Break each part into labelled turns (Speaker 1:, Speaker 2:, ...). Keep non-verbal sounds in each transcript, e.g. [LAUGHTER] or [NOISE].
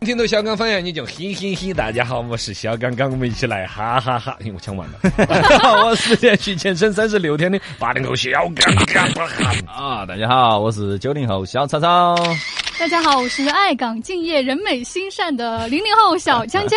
Speaker 1: 听到小刚方言你就嘿嘿嘿，大家好，我是小刚刚，我们一起来哈哈哈因为我抢完了， [LAUGHS] 我是连续健身三十六天的八零后小刚刚哈哈。
Speaker 2: 啊，大家好，我是九零后小超超。
Speaker 3: 大家好，我是爱港敬业、人美心善的零零后小江江。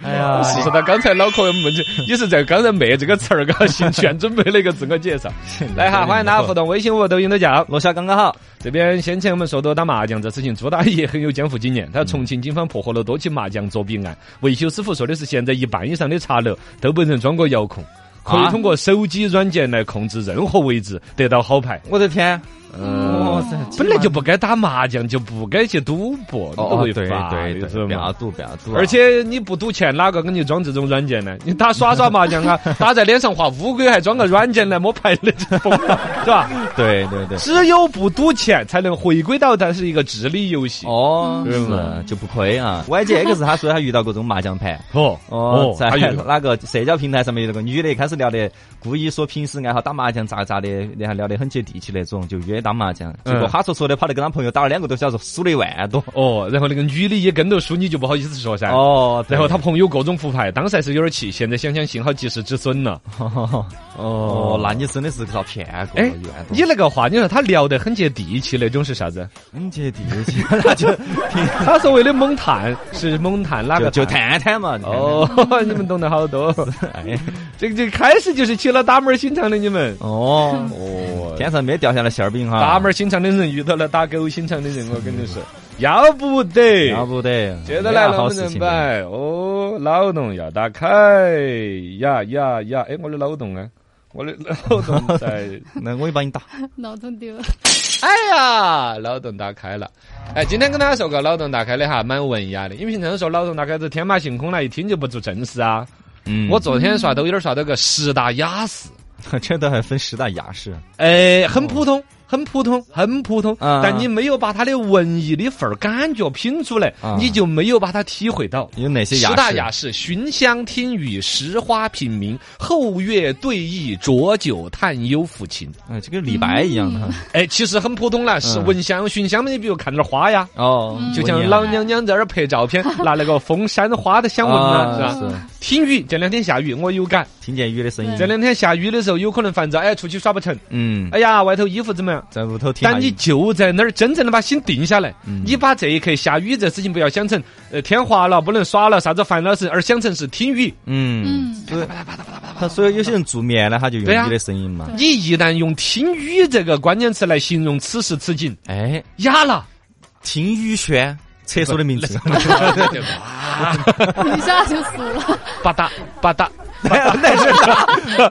Speaker 2: 哎
Speaker 1: [LAUGHS]
Speaker 2: 呀
Speaker 1: 我，是说他刚才脑壳有没去，也是在刚才“妹”这个词儿高兴，全 [LAUGHS] 准备了一个自我介绍。来哈，欢迎大家互动，微信我抖音都叫。
Speaker 2: 罗小刚刚好，
Speaker 1: 这边先前我们说到打麻将这事情，朱大爷很有江湖经验。他说重庆警方破获了多起麻将桌弊案，维修师傅说的是现在一半以上的茶楼都被人装过遥控。可以
Speaker 2: 啊
Speaker 1: 通过手机软件来控制任何位置，得到好牌。
Speaker 2: 我的天，
Speaker 3: 嗯
Speaker 2: 哇塞，
Speaker 1: 本来就不该打麻将，就不该去赌博，
Speaker 2: 哦
Speaker 1: 都
Speaker 2: 哦
Speaker 1: 违
Speaker 2: 对
Speaker 1: 法
Speaker 2: 对
Speaker 1: 的，
Speaker 2: 对，
Speaker 1: 是
Speaker 2: 不
Speaker 1: 吗
Speaker 2: 要？赌，不要赌啊，
Speaker 1: 而且你不赌钱，哪个给你装这种软件呢？ [LAUGHS] 你打耍耍麻
Speaker 2: [LAUGHS]
Speaker 1: 将啊，打在脸上画乌龟，还装个软件来摸牌的，这疯了， [LAUGHS] 是吧？
Speaker 2: 对对对，
Speaker 1: 只有不赌钱，才能回归到它是一个智力游戏。
Speaker 2: [LAUGHS] 哦，
Speaker 1: 对嘛
Speaker 2: 是就不亏啊。YGX 他说他遇到过这种麻将牌。
Speaker 1: 哦
Speaker 2: 哦，在
Speaker 1: 还有一个
Speaker 2: 哪个社交平台上面有那个女的开始聊的，故意说平时爱好打麻将咋咋的，然后聊得很接地气那种，就约打麻将。结果
Speaker 1: 嗯
Speaker 2: 哈戳戳的跑来跟他朋友打了两个多小时，输了一万多。
Speaker 1: 哦，然后那个女的也跟着输，你就不好意思说噻。
Speaker 2: [LAUGHS] [LAUGHS] 哦，对
Speaker 1: 然后他朋友各种胡牌，当时还是有点气，现在想想幸好及时止损了。
Speaker 2: [LAUGHS] 哦，那你真的是遭骗过
Speaker 1: 哎
Speaker 2: 了一万，多
Speaker 1: 你那个话，你说他聊得很接地气那种是啥子？
Speaker 2: 很接地气， [LAUGHS] 那就 [LAUGHS]
Speaker 1: 他所谓的猛探是猛探哪
Speaker 2: 就
Speaker 1: 个
Speaker 2: 就
Speaker 1: 探？
Speaker 2: 探探嘛。你看看，
Speaker 1: 哦， [LAUGHS] 你们懂得好多。
Speaker 2: [LAUGHS] 哎，
Speaker 1: 这个这个开始就是起了打门儿心肠的你们。
Speaker 2: 哦，
Speaker 1: 哦，
Speaker 2: 天上没掉下来馅儿饼哈。
Speaker 1: 打门儿心肠的人遇到了打狗心肠的人，我跟你说，要不得。
Speaker 2: 嗯要不得，
Speaker 1: 接着来
Speaker 2: 没
Speaker 1: 能
Speaker 2: 啥好
Speaker 1: 不
Speaker 2: 事
Speaker 1: 能
Speaker 2: 情啊的。
Speaker 1: 摆？哦，脑洞要打开，呀呀呀！哎，我的脑洞呢？我的脑洞在。
Speaker 2: [LAUGHS] 那我也帮你打。
Speaker 1: [LAUGHS]
Speaker 3: 脑洞丢了，
Speaker 1: 哎呀，脑洞打开了！哎，今天跟大家说个脑洞打开的哈，蛮文雅的。因为平常说脑洞打开是天马行空啦，一听就不做正事啊。
Speaker 2: 嗯 [LAUGHS]
Speaker 1: 我昨天刷抖音儿刷到个十大雅事，
Speaker 2: 这都还分十大雅士。
Speaker 1: 哎，很普通。很普通，很普通，
Speaker 2: 哦啊
Speaker 1: 但你没有把它的文艺的份儿、感觉品出来，
Speaker 2: 啊
Speaker 1: 你就没有把它体会到。
Speaker 2: 有哪些雅
Speaker 1: 十
Speaker 2: 士？
Speaker 1: 大雅士：寻香听雨、拾花品茗、后月对弈、浊酒探幽、抚琴。
Speaker 2: 哎，这跟李白一样的。
Speaker 3: 嗯
Speaker 1: 哎，其实很普通啦，是
Speaker 2: 嗯
Speaker 1: 闻香、寻香嘛，你比如看点花呀，
Speaker 2: 哦
Speaker 3: 嗯
Speaker 1: 就像老娘娘在那儿拍照
Speaker 2: [LAUGHS]
Speaker 1: 片，拿那个风扇花的香闻啊，
Speaker 2: 啊，
Speaker 1: 是吧？
Speaker 2: 是
Speaker 1: 听雨，这两天下雨，我有感。
Speaker 2: 听见雨的声音。
Speaker 1: 这两天下雨的时候，有可能烦躁，哎，出去耍不成，
Speaker 2: 嗯，
Speaker 1: 哎呀，外头衣服怎么样？
Speaker 2: 在屋头听下
Speaker 1: 但
Speaker 2: 雨。
Speaker 1: 你就在那儿真正的把心定下来，
Speaker 2: 嗯
Speaker 1: 你把这一刻下雨这事情不要想成，呃，天滑了不能耍了，啥子烦恼事，而想成是听雨。
Speaker 2: 嗯，
Speaker 3: 嗯
Speaker 2: 所以他所以有些人助眠呢，他就
Speaker 1: 对啊
Speaker 2: 用雨的声音嘛。
Speaker 3: 对
Speaker 1: 你一旦用“听雨”这个关键词来形容此时此景，
Speaker 2: 哎，
Speaker 1: 哑了。
Speaker 2: 听雨轩，厕所的名字。
Speaker 3: 嗯一下就死了。
Speaker 1: 吧嗒吧嗒，
Speaker 2: 那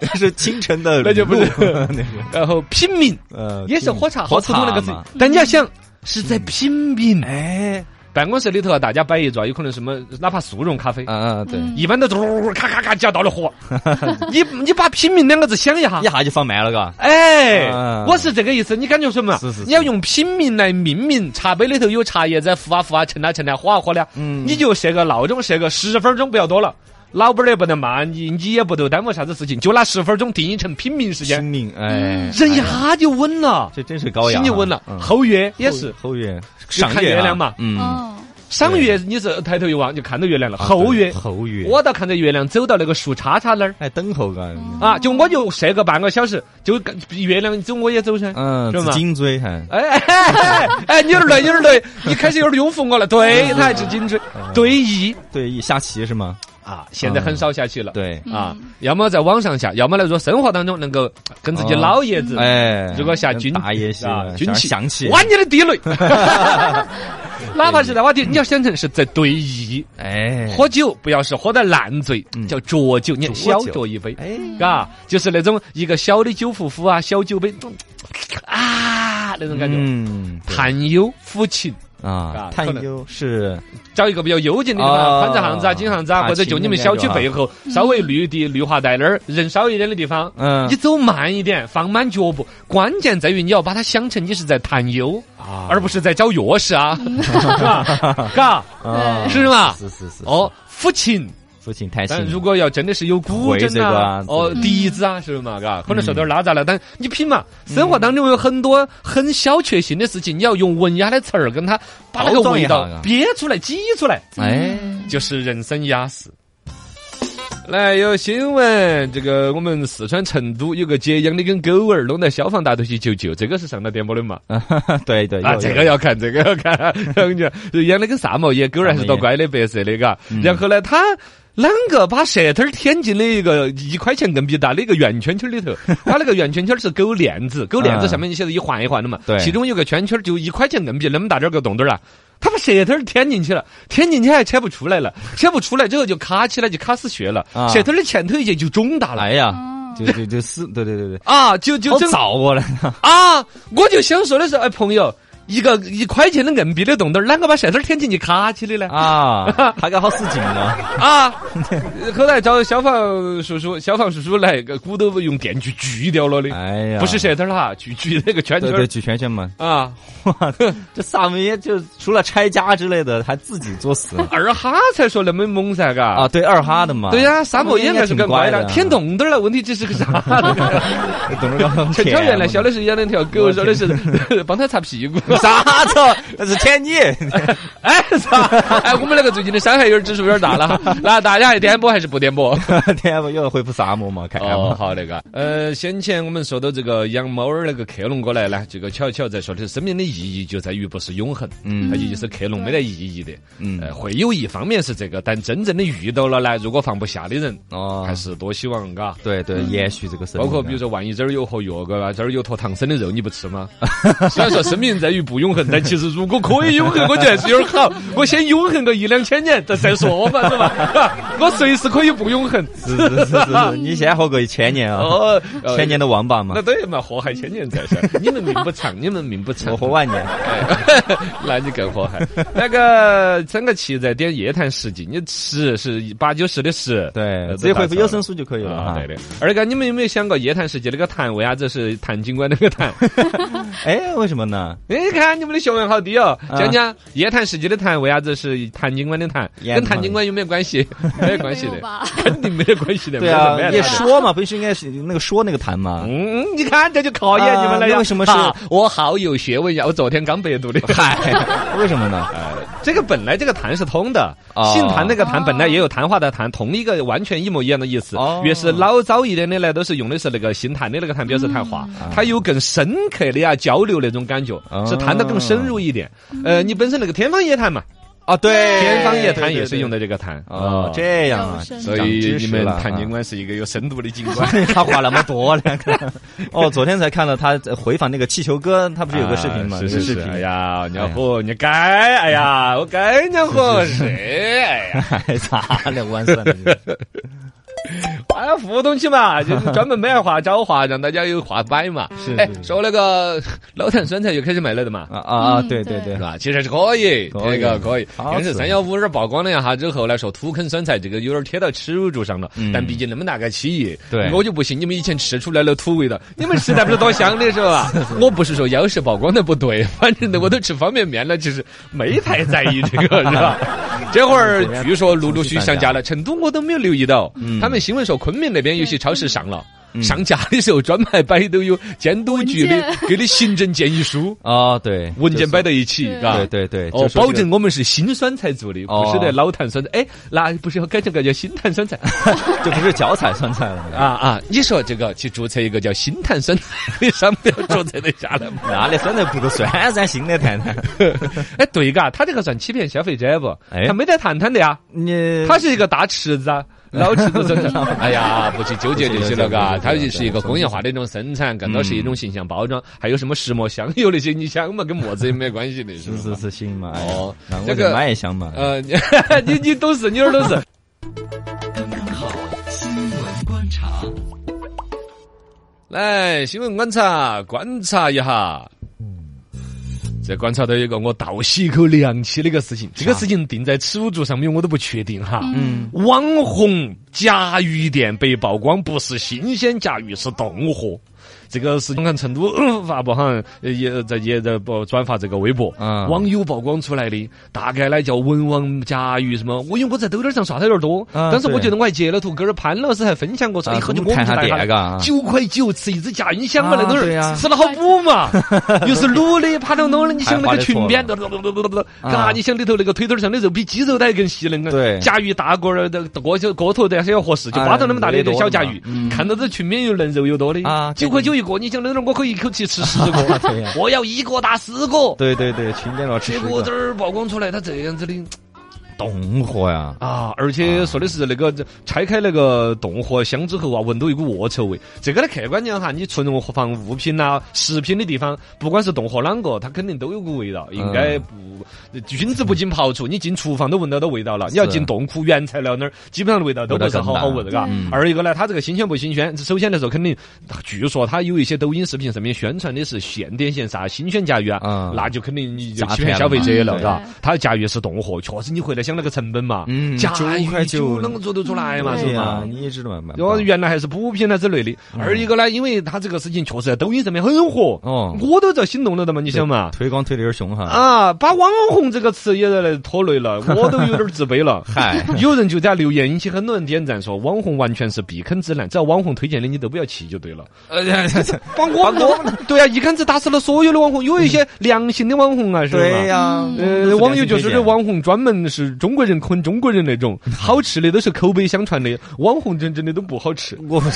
Speaker 2: 是是清晨的露，
Speaker 1: 那就不是 [LAUGHS]
Speaker 2: 那是
Speaker 1: 然后品茗
Speaker 2: 呃，
Speaker 1: 也是喝茶，好
Speaker 2: 喝
Speaker 1: 普通那个
Speaker 2: 嘛
Speaker 1: 字。但你要想是在品茗，
Speaker 2: 哎，
Speaker 1: 办公室里头啊，大家摆一桌，有可能什么哪怕速溶咖啡，
Speaker 2: 嗯嗯，对，
Speaker 3: 嗯
Speaker 1: 一般都嘟咔咔咔加到了喝。你你把品茗两个字想一下
Speaker 2: 一。下就放慢了，嘎。
Speaker 1: 哎
Speaker 2: 啊，
Speaker 1: 我是这个意思，你感觉什么？
Speaker 2: 是是是
Speaker 1: 你要用品茗来命名，茶杯里头有茶叶在浮啊浮啊，沉啊沉啊，喝啊喝的啊，
Speaker 2: 嗯
Speaker 1: 你就设个闹钟，设个十分钟，不要多了。老板儿也不能骂你，你也不都耽误啥子事情，就拿十分钟定义成品茗时
Speaker 2: 清
Speaker 1: 间，
Speaker 2: 明，哎，
Speaker 1: 人一
Speaker 2: 哎
Speaker 1: 下就稳了，
Speaker 2: 这真是高雅
Speaker 1: 心
Speaker 2: 啊，
Speaker 1: 就稳了。
Speaker 2: 嗯
Speaker 1: 后月也是，
Speaker 2: 后月
Speaker 1: 就看月亮嘛
Speaker 2: 嗯，
Speaker 3: 哦，
Speaker 1: 上月你是抬头一望就看到月亮了，
Speaker 2: 啊
Speaker 1: 后
Speaker 2: 对
Speaker 1: 月
Speaker 2: 后月，
Speaker 1: 我倒看着月亮走到那个树杈杈那儿
Speaker 2: 哎等候嘎，
Speaker 1: 啊，就我就设个半个小时，就跟月亮走我也走噻。
Speaker 2: 嗯，
Speaker 1: 是吗
Speaker 2: 是颈椎还
Speaker 1: 哎哎哎哎，你有点累，有点累，你开始有点拥护我了。对，
Speaker 2: 嗯
Speaker 1: 他还是颈椎对弈
Speaker 2: 对一下棋是吗？
Speaker 1: 啊，现在很少下棋了。
Speaker 2: 嗯对，嗯
Speaker 1: 啊，要么在网上下，要么来说生活当中能够跟自己老爷子，
Speaker 2: 嗯
Speaker 1: 啊
Speaker 2: 哎，
Speaker 1: 嗯如果下
Speaker 2: 跟
Speaker 1: 军
Speaker 2: 大爷戏
Speaker 1: 啊，军
Speaker 2: 下
Speaker 1: 棋
Speaker 2: 象棋，
Speaker 1: 挖你的
Speaker 2: [LAUGHS]
Speaker 1: 地雷，哪怕是在挖地，你要想成是在对弈。
Speaker 2: 哎，嗯
Speaker 1: 喝酒不要是喝得烂醉，叫浊酒，你看
Speaker 2: 浊
Speaker 1: 小
Speaker 2: 酒
Speaker 1: 酌一杯，
Speaker 2: 哎，
Speaker 1: 嘎，就是那种一个小的酒壶壶啊，小酒杯，咚啊那种感觉。
Speaker 2: 嗯，对
Speaker 1: 探幽抚琴，
Speaker 2: 啊，
Speaker 1: 啊
Speaker 2: 探
Speaker 1: 可能
Speaker 2: 幽是
Speaker 1: 找一个比较幽静的地方，
Speaker 2: 哦
Speaker 1: 宽窄巷子啊、金巷子啊，
Speaker 2: 啊
Speaker 1: 或者就你们小区背后稍微绿地、绿化带那儿人少一点的地方，
Speaker 2: 嗯
Speaker 1: 你走慢一点，放慢脚步。关键在于你要把它想成你是在探幽，
Speaker 2: 啊
Speaker 1: 而不是在找
Speaker 2: [LAUGHS]
Speaker 1: 钥匙啊，是吧？嘎，
Speaker 2: 啊
Speaker 3: 对
Speaker 1: 是吗？
Speaker 2: 是是是，
Speaker 1: 哦，抚琴，
Speaker 2: 父亲弹琴
Speaker 1: 但，如果要真的是有古
Speaker 2: 会这
Speaker 1: 筝
Speaker 2: 个嗯
Speaker 1: 啊
Speaker 2: 啊，
Speaker 1: 哦，
Speaker 3: 嗯
Speaker 1: 笛子啊，是不是嘛？嘎，可能受点拉杂了。但你品嘛，生活当中有很多很小确幸的事情，你要用文雅的词儿跟他把那个
Speaker 2: 包装
Speaker 1: 味
Speaker 2: 一下
Speaker 1: 道
Speaker 2: 啊
Speaker 1: 憋出来、挤出来，
Speaker 2: 哎，
Speaker 3: 嗯
Speaker 1: 就是人生雅士。来，有新闻，这个我们四川成都有个接养的跟狗儿弄到消防大队去救救，这个是上了电波的嘛？
Speaker 2: [LAUGHS] 对对，
Speaker 1: 啊，
Speaker 2: 有
Speaker 1: 这
Speaker 2: 有
Speaker 1: 个要看，这个要看。我跟你讲，养的跟啥毛一样，狗儿还是多乖的，白色的，嘎。然后呢，它啷个把舌头儿舔进了一个一块钱硬币大的一个圆圈圈里头？它那个圆圈圈是狗链子，狗链子上面你晓得一环一环的嘛？
Speaker 2: 对
Speaker 1: 其中有个圈圈就一块钱硬币那么大点儿个洞洞儿啊。它把舌头儿舔进去了，舔进去还扯不出来了，扯不出来之后就卡起来，就卡死血了
Speaker 2: 啊，
Speaker 1: 舌头儿的前头一节就肿大了
Speaker 2: 哎呀，
Speaker 3: 哦
Speaker 2: 就就就是，对对对对，
Speaker 1: 啊，就就
Speaker 2: 好
Speaker 1: 整
Speaker 2: 造我了，
Speaker 1: 啊！我就想说的是，哎，朋友，一个一块钱的硬币的洞洞儿，啷个把舌头儿舔进去卡起的呢？
Speaker 2: 啊，他个好使劲啊，
Speaker 1: 啊！后来找消防叔叔，消防叔叔来个骨头用电锯锯掉了的，
Speaker 2: 哎呀，
Speaker 1: 不是舌头儿哈，锯锯那个圈
Speaker 2: 对
Speaker 1: 圈
Speaker 2: 对
Speaker 1: 儿
Speaker 2: 举圈圈嘛，
Speaker 1: 啊，
Speaker 2: 这啥玩意？就除了拆家之类的，还自己作死
Speaker 1: 二哈才说那么猛噻，嘎。
Speaker 2: 啊？对，二哈的嘛，
Speaker 1: 对呀，沙漠
Speaker 2: 应
Speaker 1: 眼
Speaker 2: 该
Speaker 1: 还是
Speaker 2: 挺
Speaker 1: 个乖
Speaker 2: 乖
Speaker 1: 的，
Speaker 2: 的，
Speaker 1: 舔洞洞儿了。问题这是个
Speaker 2: [LAUGHS]
Speaker 1: 啥？啊
Speaker 2: 懂了吧？
Speaker 1: 陈超原来晓
Speaker 2: 得
Speaker 1: 得是养两条狗，
Speaker 2: 啊
Speaker 1: 说的是呃帮他擦屁股。
Speaker 2: 啥子？那是舔你，
Speaker 1: [LAUGHS] 哎，操！哎，我们那个最近的伤害有点指数有点大了
Speaker 2: [LAUGHS]
Speaker 1: 哈。那大家还点播还是不点播？
Speaker 2: 天不又恢复沙漠嘛？看看
Speaker 1: 哦，
Speaker 2: 嘛，
Speaker 1: 好那个，呃，先前我们说到这个养猫儿那个克隆过来呢，这个巧巧在说的是生命的意义就在于不是永恒，它
Speaker 2: 嗯
Speaker 1: 也就是克隆没得意义的，呃，
Speaker 2: 嗯，
Speaker 1: 会有一方面是这个，但真正的遇到了呢，如果放不下的人，
Speaker 2: 哦
Speaker 1: 还是多希望嘎。
Speaker 2: 对对，延续这个生
Speaker 1: 包
Speaker 2: 命啊，
Speaker 1: 括比如说，万一这儿有盒药，嘎，这儿有坨唐僧的肉，你不吃吗？ [LAUGHS] 虽然说生命在于不永恒，但其实如果可以永恒，我觉得还是有点好。我先永恒个一两千年，再再说吧，是吧？ [LAUGHS] 我随时可以不永恒。
Speaker 2: 是是是是是，你先活个一千年啊，
Speaker 1: 哦，呃
Speaker 2: 千年的王八嘛
Speaker 1: 那，对嘛，祸害千年
Speaker 2: [LAUGHS]
Speaker 1: 在先，你们命不长，你们命不长
Speaker 2: 我，活万年。
Speaker 1: 哎 [LAUGHS] 那你更祸
Speaker 2: [LAUGHS]
Speaker 1: 害。那个整个棋在点夜谈十几，你十是八九十的十，
Speaker 2: 对
Speaker 1: 呃，
Speaker 2: 直接回复有声。
Speaker 1: 都打错了
Speaker 2: 书就可以了
Speaker 1: 啊，
Speaker 2: 哈。
Speaker 1: 对的。二哥，你们有没有想过夜谈世界那个谈为啥子是谭警官那个
Speaker 2: [LAUGHS]
Speaker 1: 谭？
Speaker 2: 哎，为什么呢？
Speaker 1: 哎你看你们的学问好低哦！
Speaker 2: 啊
Speaker 1: 讲讲夜谈世界的谈为啥子是谭警官的谭？
Speaker 2: 夜
Speaker 1: 跟
Speaker 2: 谈
Speaker 1: 谭警官有没有关
Speaker 2: [LAUGHS]
Speaker 1: 系？没有关系
Speaker 3: 没有
Speaker 1: 的，
Speaker 3: 吧？
Speaker 1: 肯定没有关系的。
Speaker 2: 对
Speaker 1: 没
Speaker 2: 啊
Speaker 1: 得，
Speaker 2: 也
Speaker 1: 没得谈的
Speaker 2: 说嘛，不是应该是那个说那个谈嘛？
Speaker 1: 嗯，你看这就考验你们了呀。
Speaker 2: 啊为什么是
Speaker 1: 啊我好有学问呀？我昨天刚百度的。
Speaker 2: 嗨，为什么呢？
Speaker 1: 这个本来这个谈是通的，
Speaker 2: 哦
Speaker 1: 姓谭那个谭
Speaker 3: 哦
Speaker 1: 本来也有谈话的谈，同一个完全一模一样的意思
Speaker 2: 哦。
Speaker 1: 越是老早一点的呢，都是用的是那个姓谭的那个谭表示谈话，它有更深刻的呀交流那种感觉，
Speaker 2: 嗯哦嗯
Speaker 1: 是谈的更深入一点。呃，你本身那个天方夜谭嘛，
Speaker 2: 啊，对，
Speaker 1: 天方夜谭也是用的这个谭。
Speaker 2: 哦，这样啊，
Speaker 3: 有声
Speaker 1: 所
Speaker 2: 长
Speaker 1: 以
Speaker 2: 知
Speaker 1: 你
Speaker 2: 识
Speaker 1: 们
Speaker 2: 了
Speaker 1: 谭
Speaker 2: 啊
Speaker 1: 警官是一个有深度的警官。
Speaker 2: 他话那么多了。哦，昨天才看到他呃回访那个气球哥，他 [LAUGHS] 不是有个视频吗？
Speaker 1: 啊
Speaker 2: 那
Speaker 1: 是
Speaker 2: 个
Speaker 1: 是
Speaker 2: 视
Speaker 1: 是，
Speaker 2: 频
Speaker 1: 哎，呀，你要喝，你该，哎呀，我该你要喝谁？哎呀，
Speaker 2: [LAUGHS] 哎咋了？完事了。
Speaker 1: [LAUGHS] 哎，服务东西嘛，就是专门卖话找话，让大家有话摆嘛。
Speaker 2: [LAUGHS] 是
Speaker 1: 哎，
Speaker 2: 是
Speaker 1: 说那个老坛酸菜又开始卖了的嘛。
Speaker 2: 啊啊啊！
Speaker 3: 嗯
Speaker 2: 对对
Speaker 3: 对
Speaker 2: 对
Speaker 1: 是，吧？ [LAUGHS] 其实是可以，
Speaker 2: 可
Speaker 1: 这
Speaker 2: 以
Speaker 1: 个可以。
Speaker 2: 好
Speaker 1: 但是
Speaker 2: 吃
Speaker 1: 三幺五这儿曝光了一下之后呢，说土坑酸菜这个有点贴到耻辱柱上了。
Speaker 2: 嗯
Speaker 1: 但毕竟那么大个企业，
Speaker 2: 对
Speaker 1: 我就不信你们以前吃出来了土味道，你们实在不是多香的是吧？啊我不是说央视曝光的不对， [LAUGHS] 反正我都吃方便面了，其实没太在意这个，是吧？这会儿据说陆陆续续上架了，成都我都没有留意到。他们新闻说昆明那边有些超市上了。上架的时候专门还摆都有监督局的
Speaker 3: 文
Speaker 1: 给的行政建议书，
Speaker 2: 啊对，
Speaker 1: 文件摆
Speaker 2: 的
Speaker 1: 到一起，
Speaker 3: 是
Speaker 1: 嘎。
Speaker 2: 对对对，
Speaker 1: 哦
Speaker 2: 哎就，说
Speaker 1: 保
Speaker 2: 这个
Speaker 1: 证我们是辛酸菜做的，不
Speaker 2: 哦
Speaker 1: 是得老坛酸菜。哎，那不是要改成个叫新坛
Speaker 2: [LAUGHS]
Speaker 1: 酸菜
Speaker 2: 就不是脚踩酸菜了。
Speaker 1: [LAUGHS] 啊啊！你说这个去注册一个叫新坛酸 [LAUGHS] 菜的商标，注册得下来
Speaker 2: [LAUGHS]
Speaker 1: 吗？
Speaker 2: 那那酸菜不够酸，咱新的谈谈。
Speaker 1: 哎，对嘎，他这个算欺骗消费者不？
Speaker 2: 哎
Speaker 1: 他没得谈谈的呀，
Speaker 2: 你
Speaker 1: 他是一个大池子啊。老池子生
Speaker 2: [LAUGHS]
Speaker 1: 产，哎呀，不去纠结这些了，嘎，
Speaker 2: 不去纠结
Speaker 1: 它就
Speaker 2: 不去纠结
Speaker 1: 是一个工业化的一种生产，更多是一种形象包
Speaker 2: 嗯
Speaker 1: 装，还有什么石磨香油那些，你想嘛，跟么子也没关系的，是
Speaker 2: 是
Speaker 1: 不
Speaker 2: 是是行嘛？哎呀
Speaker 1: 哦
Speaker 2: 那我
Speaker 1: 这
Speaker 2: 就
Speaker 1: 个
Speaker 2: 买一箱嘛。
Speaker 1: 呃，你 [LAUGHS] 你你懂事，你有点懂事。 [LAUGHS] 来，新闻观察，观察一下。这观察到一个我倒吸一口凉气的一个事情，这个事情定在耻辱柱上面，我都不确定哈。
Speaker 3: 嗯，
Speaker 1: 网红甲鱼店被曝光，不是新鲜甲鱼，是冻货。这个是看成都呃发布，好像呃也在也在不转发这个微博，
Speaker 2: 嗯
Speaker 1: 网友曝光出来的，大概呢叫文网甲鱼什么，我因为我在抖音上刷的有点多，
Speaker 2: 嗯
Speaker 1: 当时我
Speaker 2: 对
Speaker 1: 觉得我还截了图，跟儿潘老师还分享过，说哎
Speaker 2: 啊
Speaker 1: 以后就
Speaker 2: 我
Speaker 1: 我
Speaker 2: 们
Speaker 1: 们
Speaker 2: 看
Speaker 1: 去
Speaker 2: 下
Speaker 1: 来
Speaker 2: 这个啊
Speaker 1: 九块九吃一只甲鱼，你想嘛，
Speaker 2: 啊
Speaker 1: 那都
Speaker 2: 对
Speaker 1: 是
Speaker 2: 呀
Speaker 1: 吃了好补
Speaker 2: [LAUGHS]
Speaker 1: 嘛，又是卤的，啪咚咚的，你想那
Speaker 2: 还划
Speaker 1: 个
Speaker 2: 得
Speaker 1: 裙
Speaker 2: 错
Speaker 1: 边，
Speaker 2: 了
Speaker 1: 嘟嘟嘟嘟嘟嘟，
Speaker 2: 啊
Speaker 1: 嘎，你想里头那个腿腿上的肉比鸡肉都还更细嫩啊，
Speaker 2: 对
Speaker 1: 甲鱼大个儿的个头个头的还要合适，就
Speaker 2: 哎
Speaker 1: 巴掌那么大的一
Speaker 2: 肉
Speaker 1: 种
Speaker 2: 多
Speaker 1: 小甲
Speaker 2: 嘛
Speaker 1: 鱼
Speaker 2: 嗯，
Speaker 1: 看到这裙边又嫩肉又多的
Speaker 2: 啊，
Speaker 1: 九块九一个，你想那种我可以一口气吃十个
Speaker 2: 对呀
Speaker 1: 我要一个打十个，
Speaker 2: [LAUGHS] 对对对，群点了吃
Speaker 1: 结
Speaker 2: 这
Speaker 1: 果这
Speaker 2: 个
Speaker 1: 儿曝光出来，它这样子的。
Speaker 2: 冻货呀，
Speaker 1: 啊，而且说的是那个拆开那个冻货箱之后啊，闻到一股恶臭味。这个呢，客观讲哈，你存放物品呐、食品的地方，不管是冻货啷个，它肯定都有股味道，应该不、君子不进庖厨，你进厨房都闻得到味道了。你要进冻库原材料那儿，基本上的味道嗯都不是好好闻的，嘎
Speaker 3: 对。
Speaker 1: 而一个呢，它这个新鲜不新鲜，首先来说，肯定啊据说它有一些抖音视频上面宣传的是现点现杀、新鲜甲鱼啊
Speaker 2: 嗯，
Speaker 1: 那就肯定你就
Speaker 2: 诈
Speaker 1: 欺骗
Speaker 2: 骗
Speaker 1: 消费
Speaker 2: 了
Speaker 1: 者
Speaker 3: 嘛
Speaker 1: 了，
Speaker 3: 对
Speaker 1: 嘎。它甲鱼是冻货，确实你回来想那个成本嘛，
Speaker 2: 嗯
Speaker 1: 甲
Speaker 2: 9块
Speaker 1: 鱼
Speaker 2: 9
Speaker 1: 就啷个做得出来哎嘛，是
Speaker 2: 对呀
Speaker 1: 吧，？
Speaker 2: 你也知道嘛，
Speaker 1: 然后原来还是补品啊之类的，二一个呢，因为它这个事情确实在抖音上面很火，
Speaker 2: 哦
Speaker 1: 我都在心动了的嘛，你想嘛，
Speaker 2: 推广推的有点凶哈，。
Speaker 1: 啊，把网红这个词也来拖累了，我都有点自卑了 [LAUGHS]
Speaker 2: 嗨，
Speaker 1: 有人就在留言引起很多人点赞，说网红完全是避坑指南，只要网红推荐的你都不要去就呃对了。
Speaker 2: [LAUGHS]
Speaker 1: 把我们我们对啊，一竿子打死了所有的网红，有一些良心的网红啊，是吧？
Speaker 2: 对呀，
Speaker 1: 呃，网友就是这网红，专门是中国人坑中国人那种，好吃的都是口碑相传的，网红真正的都不好吃。
Speaker 2: 我们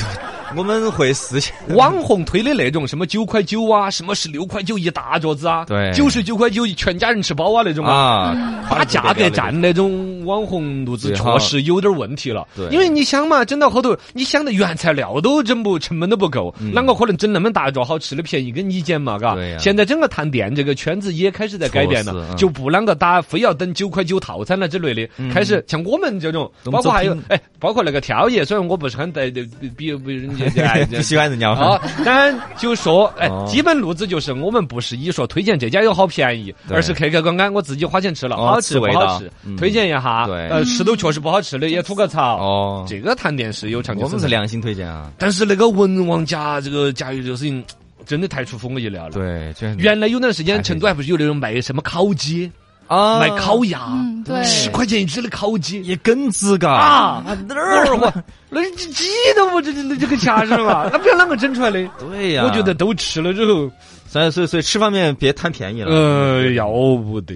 Speaker 2: 我们会实现，
Speaker 1: 网红推的那种什么九块九啊，什么十六块九一大桌子啊，
Speaker 2: 对
Speaker 1: 九十九块九全家人吃饱啊那种啊。
Speaker 2: 啊， [LAUGHS]
Speaker 1: 打价格战那种网红路子
Speaker 2: 对
Speaker 1: 确实有点问题了
Speaker 2: 对，
Speaker 1: 因为你想嘛，整到后头，你想的原材料都整不成本都不够，啷个可能整那么大一桌好吃的便宜跟你捡嘛？嘎
Speaker 2: 嗯对呀，
Speaker 1: 现在整个探店这个圈子也开始在改变
Speaker 2: 确实
Speaker 1: 了，
Speaker 2: 嗯
Speaker 1: 就不啷个打，非要等九块九套餐了之类的，开始像我们这种，
Speaker 2: 懂
Speaker 1: 包括还有
Speaker 2: 懂
Speaker 1: 哎，包括那个挑爷，虽然我不是很对对比比比人
Speaker 2: [LAUGHS]
Speaker 1: 家哎
Speaker 2: 不喜欢人家
Speaker 1: 啊
Speaker 2: [LAUGHS] 哈，，
Speaker 1: 但就说，哎
Speaker 2: 哦，
Speaker 1: 基本路子就是我们不是以说推荐这家有好便宜，
Speaker 2: 对
Speaker 1: 而是客客观观我自己花钱吃了，
Speaker 2: 哦
Speaker 1: 好吃
Speaker 2: 吃
Speaker 1: 不
Speaker 2: 味道
Speaker 1: 好吃
Speaker 2: 嗯，
Speaker 1: 推荐一下。
Speaker 2: 对嗯
Speaker 1: 呃，吃都确实不好吃的也吐个槽。
Speaker 2: 哦，
Speaker 1: 这个探店是有长久
Speaker 2: 我
Speaker 1: 生
Speaker 2: 们是
Speaker 1: 存
Speaker 2: 良心推荐啊，
Speaker 1: 但是那个文王甲这个甲鱼这个事情，真的太出乎我意料了。
Speaker 2: 对，居然
Speaker 1: 原来有段时间
Speaker 2: 太
Speaker 1: 成都还不是有那种卖什么烤鸡、
Speaker 2: 啊
Speaker 1: 卖烤鸭，
Speaker 3: 嗯，对，
Speaker 1: 十块钱一只的烤鸡。
Speaker 2: 也耿直嘎
Speaker 1: 啊，
Speaker 2: 哪儿
Speaker 1: 我那这鸡都不这这这个掐是吧？那不要啷个整出来的？
Speaker 2: 对 [LAUGHS] 呀，
Speaker 1: 我觉得都吃了之后，
Speaker 2: 所以所以所以吃方面别贪便宜了。
Speaker 1: 呃，要不得。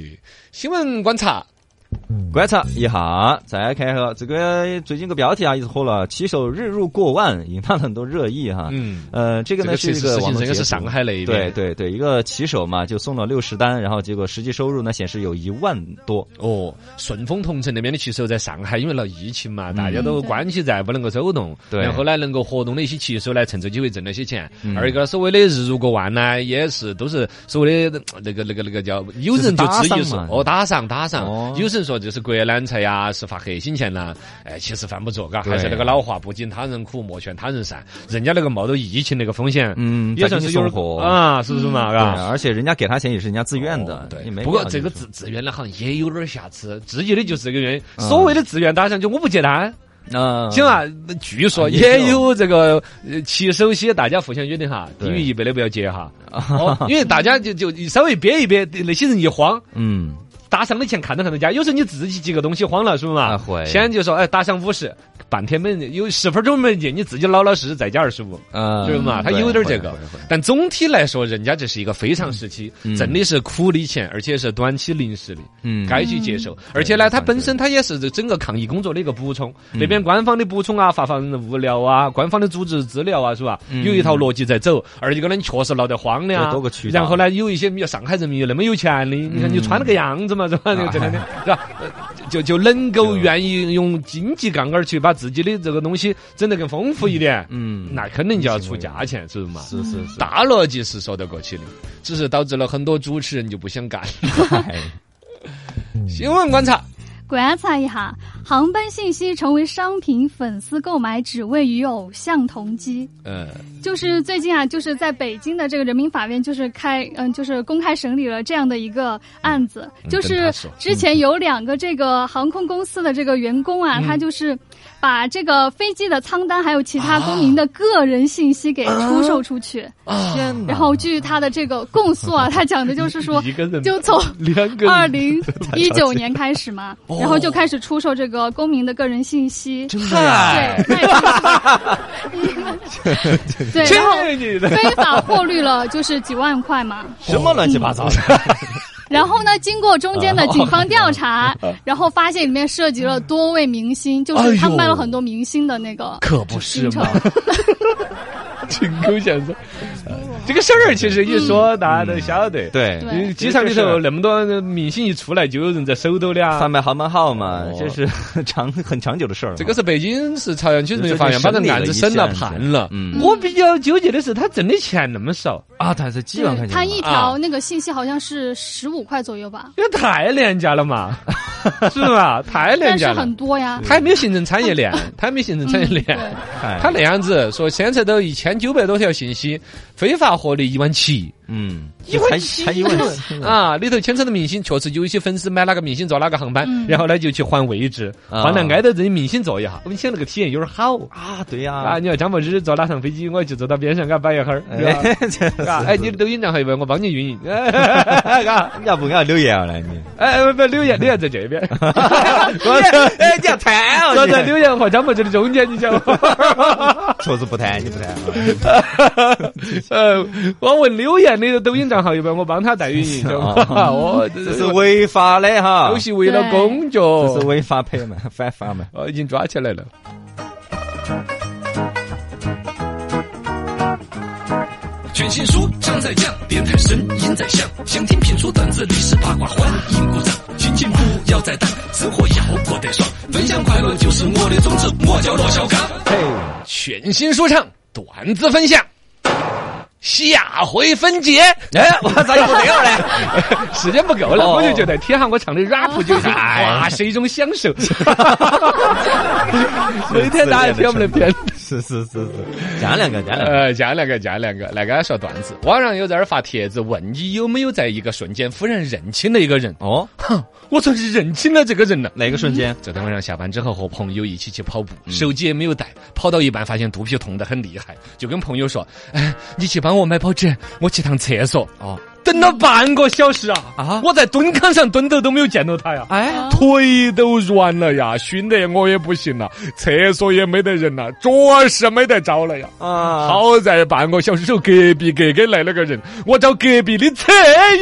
Speaker 1: 新闻观察，
Speaker 2: 观察一下，再看一下这个最近个标题啊，一直火了，骑手日入过万，引发了很多热议哈。
Speaker 1: 嗯，
Speaker 2: 呃，这个
Speaker 1: 这
Speaker 2: 呢
Speaker 1: 个
Speaker 2: 是
Speaker 1: 其
Speaker 2: 一
Speaker 1: 实
Speaker 2: 个
Speaker 1: 事
Speaker 2: 网
Speaker 1: 情
Speaker 2: 络
Speaker 1: 这个
Speaker 2: 截
Speaker 1: 是
Speaker 2: 图
Speaker 1: 上海那一
Speaker 2: 对
Speaker 1: 边，
Speaker 2: 对对，一个骑手嘛，就送了六十单，然后结果实际收入呢显示有一万多。
Speaker 1: 哦，顺丰同城那边的骑手在上海，因为闹疫情嘛，大家
Speaker 3: 嗯
Speaker 1: 都
Speaker 3: 对
Speaker 1: 关起在不能够走动，
Speaker 2: 对
Speaker 1: 然后呢，能够活动的一些骑手呢，趁这机会挣了些钱
Speaker 2: 嗯。
Speaker 1: 二一个所谓的日入过万呢，也是都是所谓的呃那个那个那个叫，有人就质
Speaker 2: 就是打
Speaker 1: 疑
Speaker 2: 赏
Speaker 1: 说
Speaker 2: 嘛，
Speaker 1: 哦，打赏打赏
Speaker 2: 哦，
Speaker 1: 有人说这是国难财呀，是发黑心钱呐，哎，其实犯不着，嘎，还是
Speaker 2: 对
Speaker 1: 那个老话，不仅他人苦，莫劝他人善，人家那个冒着疫情那个风险，
Speaker 2: 嗯，
Speaker 1: 也
Speaker 2: 再
Speaker 1: 算
Speaker 2: 给
Speaker 1: 是
Speaker 2: 你
Speaker 1: 有
Speaker 2: 送
Speaker 1: 点
Speaker 2: 货。
Speaker 1: 啊，是不是嘛？
Speaker 2: 对，
Speaker 1: 嘎。
Speaker 2: 而且人家给他钱也是人家自愿的
Speaker 1: 哦，对
Speaker 2: 也没，
Speaker 1: 不过
Speaker 2: 必要
Speaker 1: 这个
Speaker 2: 就是
Speaker 1: 自自愿的好像也有点瑕疵，自己的就是这个原因。
Speaker 2: 嗯
Speaker 1: 所谓的自愿打赏，就我不接单，
Speaker 2: 嗯，
Speaker 1: 行啊。据说
Speaker 2: 啊也
Speaker 1: 也
Speaker 2: 有
Speaker 1: 有这个呃骑手些，大家互相约定哈，低
Speaker 2: 对
Speaker 1: 于一百的不要接
Speaker 2: [LAUGHS]
Speaker 1: 哈，哦因为大家就就稍微憋一憋，那些人一慌，
Speaker 2: 嗯，
Speaker 1: 打赏的钱看都看得加。有时候你自己几个东西慌了，是不是嘛？
Speaker 2: 啊会
Speaker 1: 先就说哎，打赏五十，半天没人有十分钟没人接，你自己老老实实再加二十五。
Speaker 2: 呃，
Speaker 1: 就是嘛，他
Speaker 2: 对
Speaker 1: 有点
Speaker 2: 会
Speaker 1: 这个
Speaker 2: 会会，
Speaker 1: 但总体来说，人家这是一个非常时期
Speaker 2: 嗯，
Speaker 1: 挣的是苦力钱，而且是短期临时的，
Speaker 2: 嗯，
Speaker 1: 该去接受。而且呢，它本身它也是整个抗疫工作的一个补充，
Speaker 2: 嗯
Speaker 1: 那边官方的补充啊，发放物料啊，官方的组织资料啊，是吧？
Speaker 2: 嗯
Speaker 1: 有一套逻辑在走，而一个呢，你确实闹得慌的啊
Speaker 2: 有多个渠。道
Speaker 1: 然后呢，有一些上海人民又那么有钱的，你看你穿那个样子嘛，是吧？这个这两天是吧？呃就就能够
Speaker 2: 嗯就
Speaker 1: 愿意用经济杠杆去把自己的这个东西整得更丰富一点，
Speaker 2: 嗯，
Speaker 1: 那肯定就要出价钱，是不是嘛？
Speaker 2: 是
Speaker 1: [LAUGHS]
Speaker 2: 是是，
Speaker 1: 大逻辑是说得过去的，只是导致了很多主持人就不想干。
Speaker 2: 哎
Speaker 1: 嗯新闻观察，
Speaker 3: 观察一下，航班信息成为商品，粉丝购买只为与偶像同机。
Speaker 1: 嗯，
Speaker 3: 就是最近啊，就是在北京的这个人民法院，就是开嗯，就是公开审理了这样的一个案子，就
Speaker 1: 嗯跟
Speaker 3: 是
Speaker 1: 他说，
Speaker 3: 之前有两个这个航空公司的这个员工啊，他就是把这个飞机的舱单还有其他公民的个人信息给出售出去，
Speaker 2: 天哪
Speaker 3: 然后据他的这个供述啊，他讲的就是说
Speaker 1: [LAUGHS] 一个人
Speaker 3: 就啊从
Speaker 1: 两个
Speaker 3: 二零一
Speaker 1: [LAUGHS]
Speaker 3: 九年开始嘛，
Speaker 1: 哦
Speaker 3: 然后就开始出售这个公民的个人信息。对，
Speaker 2: 真的
Speaker 1: 啊
Speaker 2: 呀
Speaker 3: 对，然后
Speaker 1: 你的
Speaker 3: 非法获利了就是几万块嘛。
Speaker 2: 什么乱七八糟的？
Speaker 3: 然后呢，经过中间的警方调查，然后发现里面涉及了多位明星，就是他
Speaker 1: 哎呦
Speaker 3: 卖了很多明星的那个
Speaker 1: 可不是
Speaker 3: 行程
Speaker 1: 嘛。，真够想说，呃这个事儿其实一说大家都晓得。
Speaker 2: 对
Speaker 3: 对
Speaker 1: 嗯，机场里头那么多明星一出来，就有人在收到了啊
Speaker 2: 贩。卖航班号嘛
Speaker 1: 哦，
Speaker 2: 这是 [LAUGHS] 长很长久的事儿嘛。
Speaker 1: 这个是北京市朝阳区人民法院把
Speaker 2: 这
Speaker 1: 这
Speaker 2: 就
Speaker 1: 个案子审
Speaker 2: 审理
Speaker 1: 了
Speaker 2: 了一下
Speaker 1: 判了。
Speaker 2: 嗯
Speaker 1: 我比较纠结的是，他挣的钱那么少，
Speaker 2: 啊，他是几万块钱，
Speaker 3: 他一条那个信息好像是十五块左右吧，
Speaker 1: 也太廉价了
Speaker 2: [LAUGHS]
Speaker 1: 嘛，是吧？太廉
Speaker 3: 但是
Speaker 1: 价了
Speaker 3: 很。多呀。嗯
Speaker 1: 他还没有形成产业链，他还没有形成产业链。
Speaker 3: 对
Speaker 2: 哎
Speaker 1: 他那样子说，现在都一千九百多条信息，非法获利一万七
Speaker 2: 嗯，
Speaker 1: 一万
Speaker 2: 才
Speaker 1: 七
Speaker 2: 才一万七
Speaker 1: 啊！里头牵扯的明星，确实有一些粉丝买哪个明星坐哪个航班，
Speaker 3: 嗯
Speaker 1: 然后呢就去换位置，
Speaker 2: 啊
Speaker 1: 换了挨到这些明星坐一下。我们想那个体验有点好
Speaker 2: 啊，对呀，
Speaker 1: 啊！你要张柏芝坐哪趟飞机，我就坐到边上给他摆一会儿，是吧
Speaker 2: 哎， [LAUGHS] 这
Speaker 1: 啊，哎，你的抖音账号要不要我帮你
Speaker 2: [LAUGHS]
Speaker 1: 运营？哎，嘎
Speaker 2: 要不要留言啊？
Speaker 1: [LAUGHS]
Speaker 2: 来你，
Speaker 1: 哎，不不，柳岩，柳岩在这边，
Speaker 2: 哎，你要谈 [LAUGHS]
Speaker 1: 坐在柳岩和张柏芝的中间，你晓得吗？
Speaker 2: [LAUGHS] 确实不谈，你不谈啊。
Speaker 1: 呃，我问柳岩的抖音账号要不要我帮他代运营？
Speaker 2: 是啊
Speaker 1: [LAUGHS] 我
Speaker 2: 这是违法的哈 [LAUGHS]
Speaker 1: 都，是为了工作，
Speaker 2: 这是违法拍卖、反法卖。
Speaker 1: 哦，已经抓起来了。
Speaker 4: 全新书trang在样，电台声音在响，想听评书段子、历史八卦，欢迎鼓掌。心情不要再淡，生活要过得爽，分享快乐就是我的宗旨，我叫罗小刚。
Speaker 2: [LAUGHS] 嘿，
Speaker 1: 全新说唱段子分享，下回分解。
Speaker 2: [LAUGHS] 哎，我咋又没有嘞？
Speaker 1: [LAUGHS] 时间不够了，
Speaker 2: 哦哎
Speaker 1: 我就觉得听下我唱的 rap 就
Speaker 2: [LAUGHS]
Speaker 1: 已经哇是一种享受。 [LAUGHS] 每天大家听我们的片子。
Speaker 2: 是是是是，讲两个，讲两个。
Speaker 1: 呃，加两个，加两个，来给他说段子。网上有在这儿发帖子问你有没有在一个瞬间忽然认清了一个人？
Speaker 2: 哦，
Speaker 1: 哼，我算是认清了这个人了。
Speaker 2: 哪个瞬间？
Speaker 1: 昨天晚上下班之后和朋友一起去跑步，
Speaker 2: 嗯
Speaker 1: 手机也没有带，跑到一半发现肚皮痛得很厉害，就跟朋友说：“哎，你去帮我买包纸，我去趟厕所。”
Speaker 2: 哦，
Speaker 1: 等了半个小时啊！啊
Speaker 2: 啊，
Speaker 1: 我在蹲坑上蹲着都没有见到他呀。
Speaker 2: 哎
Speaker 3: 啊
Speaker 1: 腿都软了呀，熏得我也不行了，厕所也没得人了，脚是没得找了呀。
Speaker 2: 啊，
Speaker 1: 好在半个小时后，隔壁隔隔来了个人，我找隔壁的车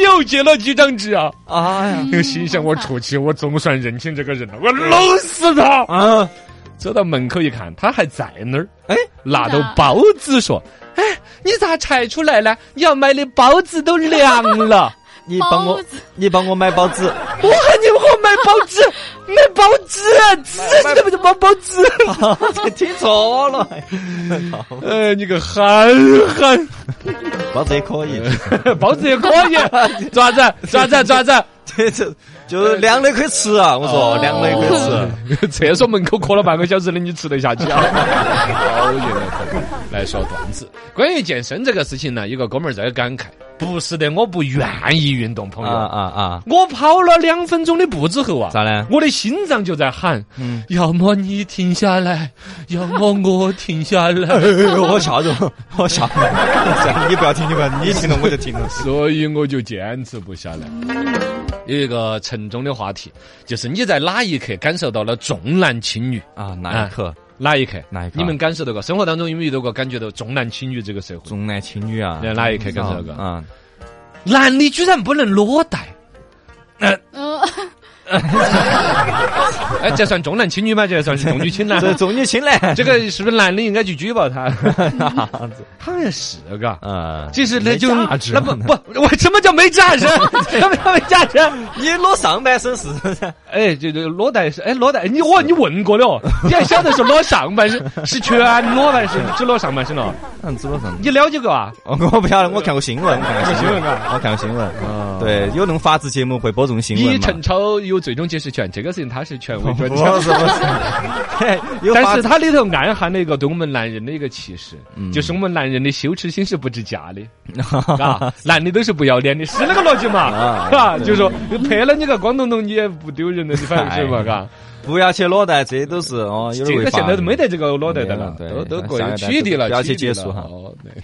Speaker 1: 友借了几张纸啊。
Speaker 2: 哎呀，
Speaker 3: 嗯
Speaker 1: [LAUGHS] 那个心想，我出去，我总算认清这个人了，我弄死他！
Speaker 2: 啊，
Speaker 1: 走到门口一看，他还在那儿，
Speaker 2: 哎，
Speaker 1: 拿着包子说：“哎，你咋才出来呢？你要买的包子都凉了，
Speaker 2: 你帮我
Speaker 3: 包子，
Speaker 2: 你帮我买包
Speaker 3: [LAUGHS]
Speaker 2: 子，
Speaker 1: [LAUGHS]
Speaker 2: [LAUGHS]
Speaker 1: 我喊你们给我买包 [LAUGHS] 子，买包子，纸是不是包包子？
Speaker 2: 听错了。好
Speaker 1: [LAUGHS] 哎，你个憨憨！” [LAUGHS]
Speaker 2: 包子也可以，
Speaker 1: 包子也可以， [LAUGHS] 爪子爪子爪子，
Speaker 2: 这这就凉的可以吃啊！我
Speaker 1: [LAUGHS] 哦
Speaker 2: 说凉的也可以吃。
Speaker 1: 厕所门口咳了半个小时的，你吃得下去啊？讨厌了，来说段子。关于健身这个事情呢，有个哥们儿在感慨：不是的，我不愿意运动，朋
Speaker 2: 啊
Speaker 1: 友。
Speaker 2: 啊嗯啊！
Speaker 1: 我跑了两分钟的步之后啊，
Speaker 2: 咋了
Speaker 1: 我的心脏就在喊：要么你停下来，要么我停下
Speaker 2: [LAUGHS]
Speaker 1: 来。
Speaker 2: [LAUGHS] 我吓着，我吓 [LAUGHS] 着！你不要听，你不要，你听了我就听了。
Speaker 1: 所以我就坚持不下来。有一个沉重的话题，就是你在哪一刻感受到了重男轻女？
Speaker 2: [LAUGHS] 啊，那一刻
Speaker 1: 哪一刻？
Speaker 2: 哪一刻
Speaker 1: 你们感受到过？生活当中有没有遇到过感觉到重男轻女这个社会？
Speaker 2: 重男轻女啊
Speaker 1: 你？看哪一刻感受到过？
Speaker 2: 啊？
Speaker 1: 男的居然不能裸带，
Speaker 3: 呃，
Speaker 1: 哎，这算重男轻女吗？这算是重女轻男？
Speaker 2: [LAUGHS] 这重女轻男，
Speaker 1: 这个是不是男的应该去举报 [LAUGHS] 他？
Speaker 2: 样子
Speaker 1: 好像是嘎。 [LAUGHS]
Speaker 2: 啊，
Speaker 1: 其实那就
Speaker 2: 没价值
Speaker 1: 啊
Speaker 2: [LAUGHS]
Speaker 1: 那不不， [LAUGHS] 我什么叫没 [LAUGHS] 价值？什么叫没价值？啊
Speaker 2: 你裸上半身是
Speaker 1: [LAUGHS] 哎，这这裸带是哎裸带，你我你问过了 [LAUGHS] 哦，你还晓得是裸上半 [LAUGHS] 身，是全裸半身， [LAUGHS] 只裸上半身了。
Speaker 2: 嗯，只裸上。
Speaker 1: 你了解过啊？
Speaker 2: 哦，我不晓得，我看过新闻，我看过新闻，
Speaker 1: 啊。
Speaker 2: 我看过新闻。对，有那种法制节目会播这种新闻
Speaker 1: 你
Speaker 2: 嘛
Speaker 1: 陈？超有最终解释权，这个事情他是权 [LAUGHS] 威专
Speaker 2: 不
Speaker 1: 家。
Speaker 2: 是不是，嘿有
Speaker 1: 但
Speaker 2: 法
Speaker 1: 是它里头暗含了一个对我们男人的一个歧视，
Speaker 2: 嗯
Speaker 1: 就是我们男人的羞耻心是不值价
Speaker 2: [LAUGHS]
Speaker 1: 的，啊，男的都是不要脸的，是那个逻辑嘛？
Speaker 2: 啊
Speaker 1: 是吧？就说拍了你个光头头，你也不丢人了，你反正是嘛？
Speaker 2: 哎
Speaker 1: 嘎，
Speaker 2: 不要去裸贷，这都是哦，有
Speaker 1: 这
Speaker 2: 点违
Speaker 1: 个
Speaker 2: 法
Speaker 1: 现
Speaker 2: 的。
Speaker 1: 在都没得这个脑袋的了，
Speaker 2: 没
Speaker 1: 都
Speaker 2: 了对
Speaker 1: 都各
Speaker 2: 下
Speaker 1: 有
Speaker 2: 一代
Speaker 1: 取缔
Speaker 2: 都
Speaker 1: 了，
Speaker 2: 不要去
Speaker 1: 取缔
Speaker 2: 接
Speaker 1: 了
Speaker 2: 触哈
Speaker 1: 哦，对。